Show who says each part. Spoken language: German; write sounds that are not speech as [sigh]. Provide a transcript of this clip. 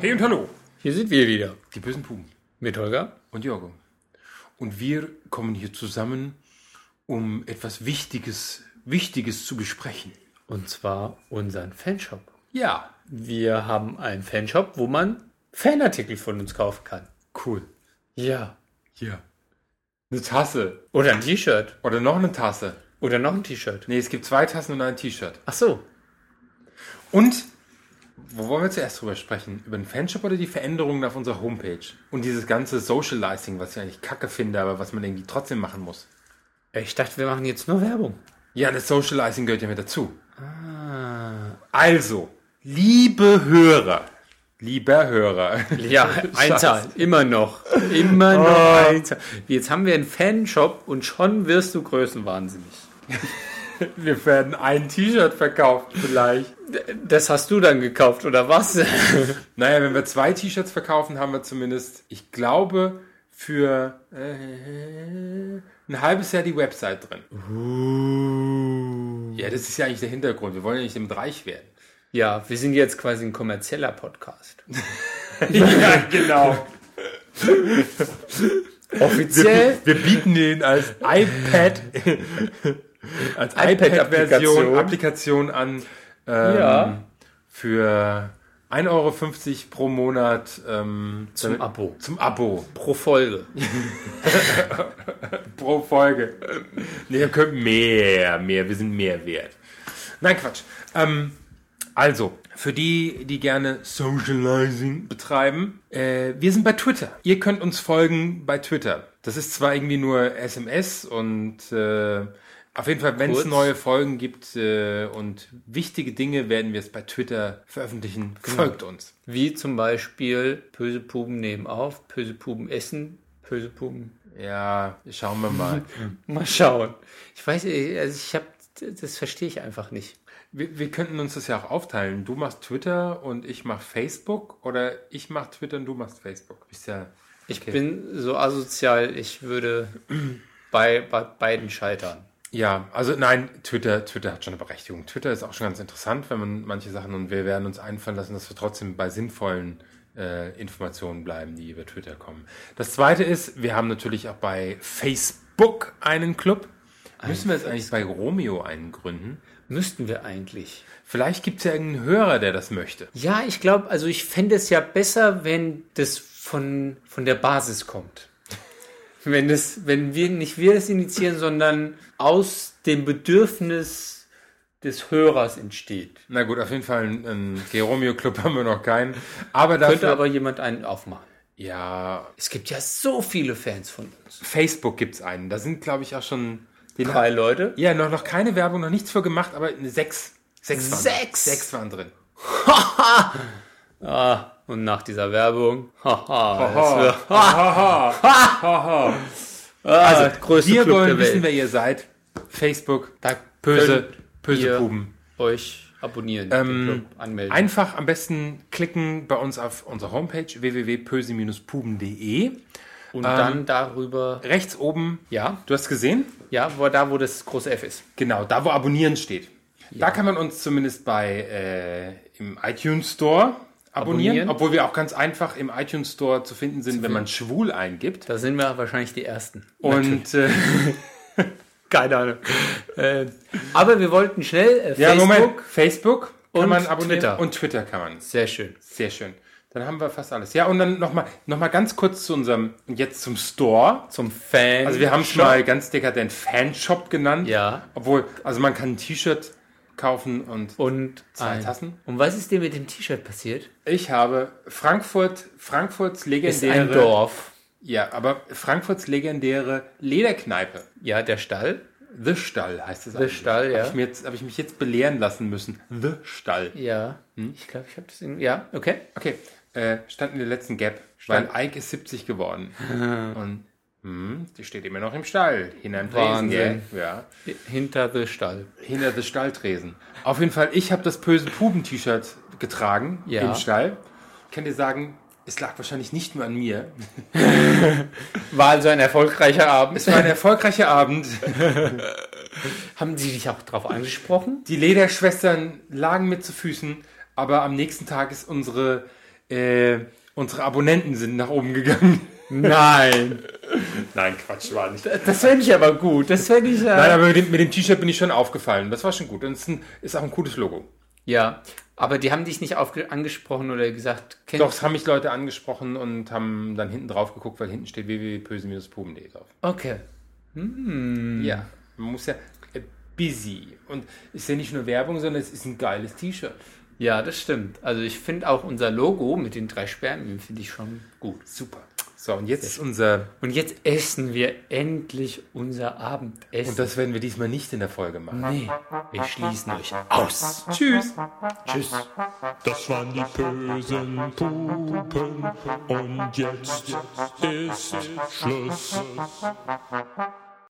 Speaker 1: Hey und hallo,
Speaker 2: Hier sind wir wieder
Speaker 1: die bösen Puben
Speaker 2: mit Holger.
Speaker 1: und Jorgo. Und wir kommen hier zusammen, um etwas Wichtiges, Wichtiges zu besprechen.
Speaker 2: Und zwar unseren Fanshop.
Speaker 1: Ja,
Speaker 2: Wir haben einen Fanshop, wo man Fanartikel von uns kaufen kann.
Speaker 1: cool.
Speaker 2: Ja.
Speaker 1: Hier. Eine Tasse.
Speaker 2: Oder ein T-Shirt.
Speaker 1: Oder noch eine Tasse.
Speaker 2: Oder noch ein T-Shirt.
Speaker 1: Nee, es gibt zwei Tassen und ein T-Shirt.
Speaker 2: Ach so.
Speaker 1: Und, wo wollen wir zuerst drüber sprechen? Über den Fanshop oder die Veränderungen auf unserer Homepage? Und dieses ganze Socializing, was ich eigentlich kacke finde, aber was man irgendwie trotzdem machen muss.
Speaker 2: Ich dachte, wir machen jetzt nur Werbung.
Speaker 1: Ja, das Socializing gehört ja mit dazu. Also, liebe Hörer, lieber Hörer, [laughs]
Speaker 2: Ja, Einzahl. Immer noch. Immer noch Einzahl. Jetzt haben wir einen Fanshop und schon wirst du größenwahnsinnig.
Speaker 1: wir werden ein T-Shirt verkauft vielleicht.
Speaker 2: Das hast du dann gekauft, oder was?
Speaker 1: Naja, wenn wir zwei T-Shirts verkaufen, haben wir zumindest, ich glaube, für äh, ein halbes Jahr die Website drin. Ja, das ist ja eigentlich der Hintergrund. Wir wollen ja nicht damit reich werden.
Speaker 2: Ja, wir sind jetzt quasi ein
Speaker 1: [laughs]
Speaker 2: kommerzieller Podcast.
Speaker 1: ja, genau.
Speaker 2: Offiziell
Speaker 1: Wir bieten den als iPad, als iPad-Version,
Speaker 2: iPad-Applikation.
Speaker 1: Applikation an. Ähm,
Speaker 2: Ja.
Speaker 1: Für 1,50 Euro pro Monat ähm,
Speaker 2: zum
Speaker 1: damit-
Speaker 2: Abo.
Speaker 1: zum Abo
Speaker 2: Pro Folge.
Speaker 1: pro Folge. Nee, wir können mehr, mehr, wir sind mehr wert. Nein, Quatsch. Ähm, also, für die, die gerne Socializing betreiben, äh, wir sind bei Twitter. Ihr könnt uns folgen bei Twitter. Das ist zwar irgendwie nur SMS und äh, auf jeden Fall, wenn es
Speaker 2: Kurz.
Speaker 1: neue Folgen gibt äh, und wichtige Dinge, werden wir es bei Twitter veröffentlichen. Folgt uns.
Speaker 2: Wie zum Beispiel böse Puben nehmen auf, böse Puben essen, böse Puben.
Speaker 1: Ja, schauen wir mal.
Speaker 2: Mal schauen. Ich weiß, äh, also ich habe, das verstehe ich einfach nicht.
Speaker 1: Wir, wir könnten uns das ja auch aufteilen. Du machst Twitter und ich mach Facebook oder ich mach Twitter und du machst Facebook. Ist ja.
Speaker 2: Ich bin so asozial, ich würde bei, bei beiden scheitern.
Speaker 1: Ja, also nein, Twitter, Twitter hat schon eine Berechtigung. Twitter ist auch schon ganz interessant, wenn man manche Sachen und wir werden uns einfallen lassen, dass wir trotzdem bei sinnvollen äh, Informationen bleiben, die über Twitter kommen. Das zweite ist, wir haben natürlich auch bei Facebook einen Club. Müssen wir jetzt eigentlich bei Romeo einen gründen?
Speaker 2: Müssten wir eigentlich.
Speaker 1: Vielleicht gibt's ja irgendeinen Hörer, der das möchte.
Speaker 2: Ja, ich glaube, also ich fände es ja besser, wenn das von, von der Basis kommt. [laughs] Wenn, das, wenn wir nicht wir das initiieren, sondern aus dem Bedürfnis des Hörers entsteht.
Speaker 1: Na gut, auf jeden Fall einen, einen Geromeo-Club haben wir noch keinen. Aber dafür,
Speaker 2: Könnte aber jemand einen aufmachen.
Speaker 1: ja,
Speaker 2: Es gibt ja so viele Fans von uns.
Speaker 1: Facebook gibt's einen. Da sind, glaube ich, auch schon den
Speaker 2: Drei Leute.
Speaker 1: Ja, noch, noch keine Werbung, noch nichts für gemacht, aber eine sechs. Sechs waren
Speaker 2: Sechs?
Speaker 1: Drin. Sechs waren drin.
Speaker 2: Und nach dieser Werbung, haha,
Speaker 1: Haha.
Speaker 2: das wird, [laughs] also, der größte
Speaker 1: Ah, Wir
Speaker 2: Club
Speaker 1: wollen
Speaker 2: der Welt.
Speaker 1: wissen, wer ihr seid. Facebook,
Speaker 2: da
Speaker 1: böse, böse
Speaker 2: ihr-
Speaker 1: Puben.
Speaker 2: euch abonnieren,
Speaker 1: Ähm,
Speaker 2: den Club anmelden.
Speaker 1: Einfach am besten klicken bei uns auf unserer Homepage www.pöse-puben.de.
Speaker 2: und dann
Speaker 1: ähm,
Speaker 2: darüber,
Speaker 1: Rechts oben,
Speaker 2: ja,
Speaker 1: du hast gesehen?
Speaker 2: ja, wo, da wo das große F ist.
Speaker 1: Genau, da wo Abonnieren steht. Da kann man uns zumindest bei äh, im iTunes Store abonnieren,
Speaker 2: Abonnieren.
Speaker 1: obwohl wir auch ganz einfach im iTunes Store zu finden sind, wenn man schwul eingibt.
Speaker 2: Da sind wir wahrscheinlich die Ersten.
Speaker 1: Und äh,
Speaker 2: Keine Ahnung. äh, aber wir wollten schnell äh,
Speaker 1: ja,
Speaker 2: Facebook.
Speaker 1: Moment, Facebook kann
Speaker 2: und
Speaker 1: man abonnieren
Speaker 2: Twitter.
Speaker 1: und Twitter kann man.
Speaker 2: Sehr schön.
Speaker 1: Sehr schön. Dann haben wir fast alles. Ja, und dann nochmal noch mal ganz kurz zu unserem, und jetzt zum Store.
Speaker 2: Zum Fan.
Speaker 1: Also wir haben es
Speaker 2: Shop.
Speaker 1: mal ganz dekadent Fanshop genannt.
Speaker 2: Ja.
Speaker 1: Obwohl, also man kann ein T-Shirt kaufen und
Speaker 2: Und
Speaker 1: Zwei
Speaker 2: ein-
Speaker 1: Tassen.
Speaker 2: Und was ist dir mit dem T-Shirt passiert?
Speaker 1: ich habe Frankfurt, Frankfurts
Speaker 2: Ist ein
Speaker 1: legendäre
Speaker 2: Dorf.
Speaker 1: Ja, aber Frankfurts legendäre Lederkneipe.
Speaker 2: Ja, der Stall.
Speaker 1: The Stall heißt es The
Speaker 2: Stall, ja.
Speaker 1: Habe ich, mir jetzt- hab ich mich jetzt belehren lassen müssen. The Stall.
Speaker 2: Ja.
Speaker 1: Hm?
Speaker 2: Ich glaube, ich habe das in. Ja, okay.
Speaker 1: Okay, äh, stand in der letzten Gap,
Speaker 2: Stand.
Speaker 1: weil Ike ist 70 geworden.
Speaker 2: [laughs]
Speaker 1: Und hm, die steht immer noch im Stall. Hinter dem Tresen,
Speaker 2: Wahnsinn.
Speaker 1: gell? Ja.
Speaker 2: Hinter the Stall.
Speaker 1: Hinter The Stalltresen. Auf jeden Fall, ich habe das böse Puben-T-Shirt getragen
Speaker 2: Ja.
Speaker 1: im Stall. Ich kann dir sagen, es lag wahrscheinlich nicht nur an mir.
Speaker 2: War also ein erfolgreicher Abend.
Speaker 1: Es war ein erfolgreicher Abend.
Speaker 2: Haben Sie dich auch
Speaker 1: [laughs]
Speaker 2: darauf angesprochen?
Speaker 1: Die Lederschwestern lagen mir zu Füßen, aber am nächsten Tag ist unsere äh, unsere Abonnenten sind nach oben gegangen.
Speaker 2: Nein.
Speaker 1: [laughs] Nein, Quatsch, war nicht.
Speaker 2: Das fände ich aber gut. Das fände ich ja.
Speaker 1: Nein, aber mit dem, mit dem T-Shirt bin ich schon aufgefallen. Das war schon gut. Und es ist, ein, ist auch ein cooles Logo.
Speaker 2: Ja. Aber die haben dich nicht aufge- angesprochen oder gesagt, kenn-
Speaker 1: Doch, es haben mich Leute angesprochen und haben dann hinten drauf geguckt, weil hinten steht www.pösen-puben.de drauf.
Speaker 2: Okay.
Speaker 1: Ja, man muss ja äh, busy. Und es ist ja nicht nur Werbung, sondern es ist ein geiles T-Shirt.
Speaker 2: Ja, das stimmt. Also ich finde auch unser Logo mit den drei Spermien finde ich schon gut.
Speaker 1: Super. So, und jetzt ist unser.
Speaker 2: Und jetzt essen wir endlich unser Abendessen.
Speaker 1: Und das werden wir diesmal nicht in der Folge machen.
Speaker 2: nee, wir schließen euch aus.
Speaker 1: Tschüss.
Speaker 2: Tschüss.
Speaker 3: Das waren die bösen Pupen und jetzt ist Schluss.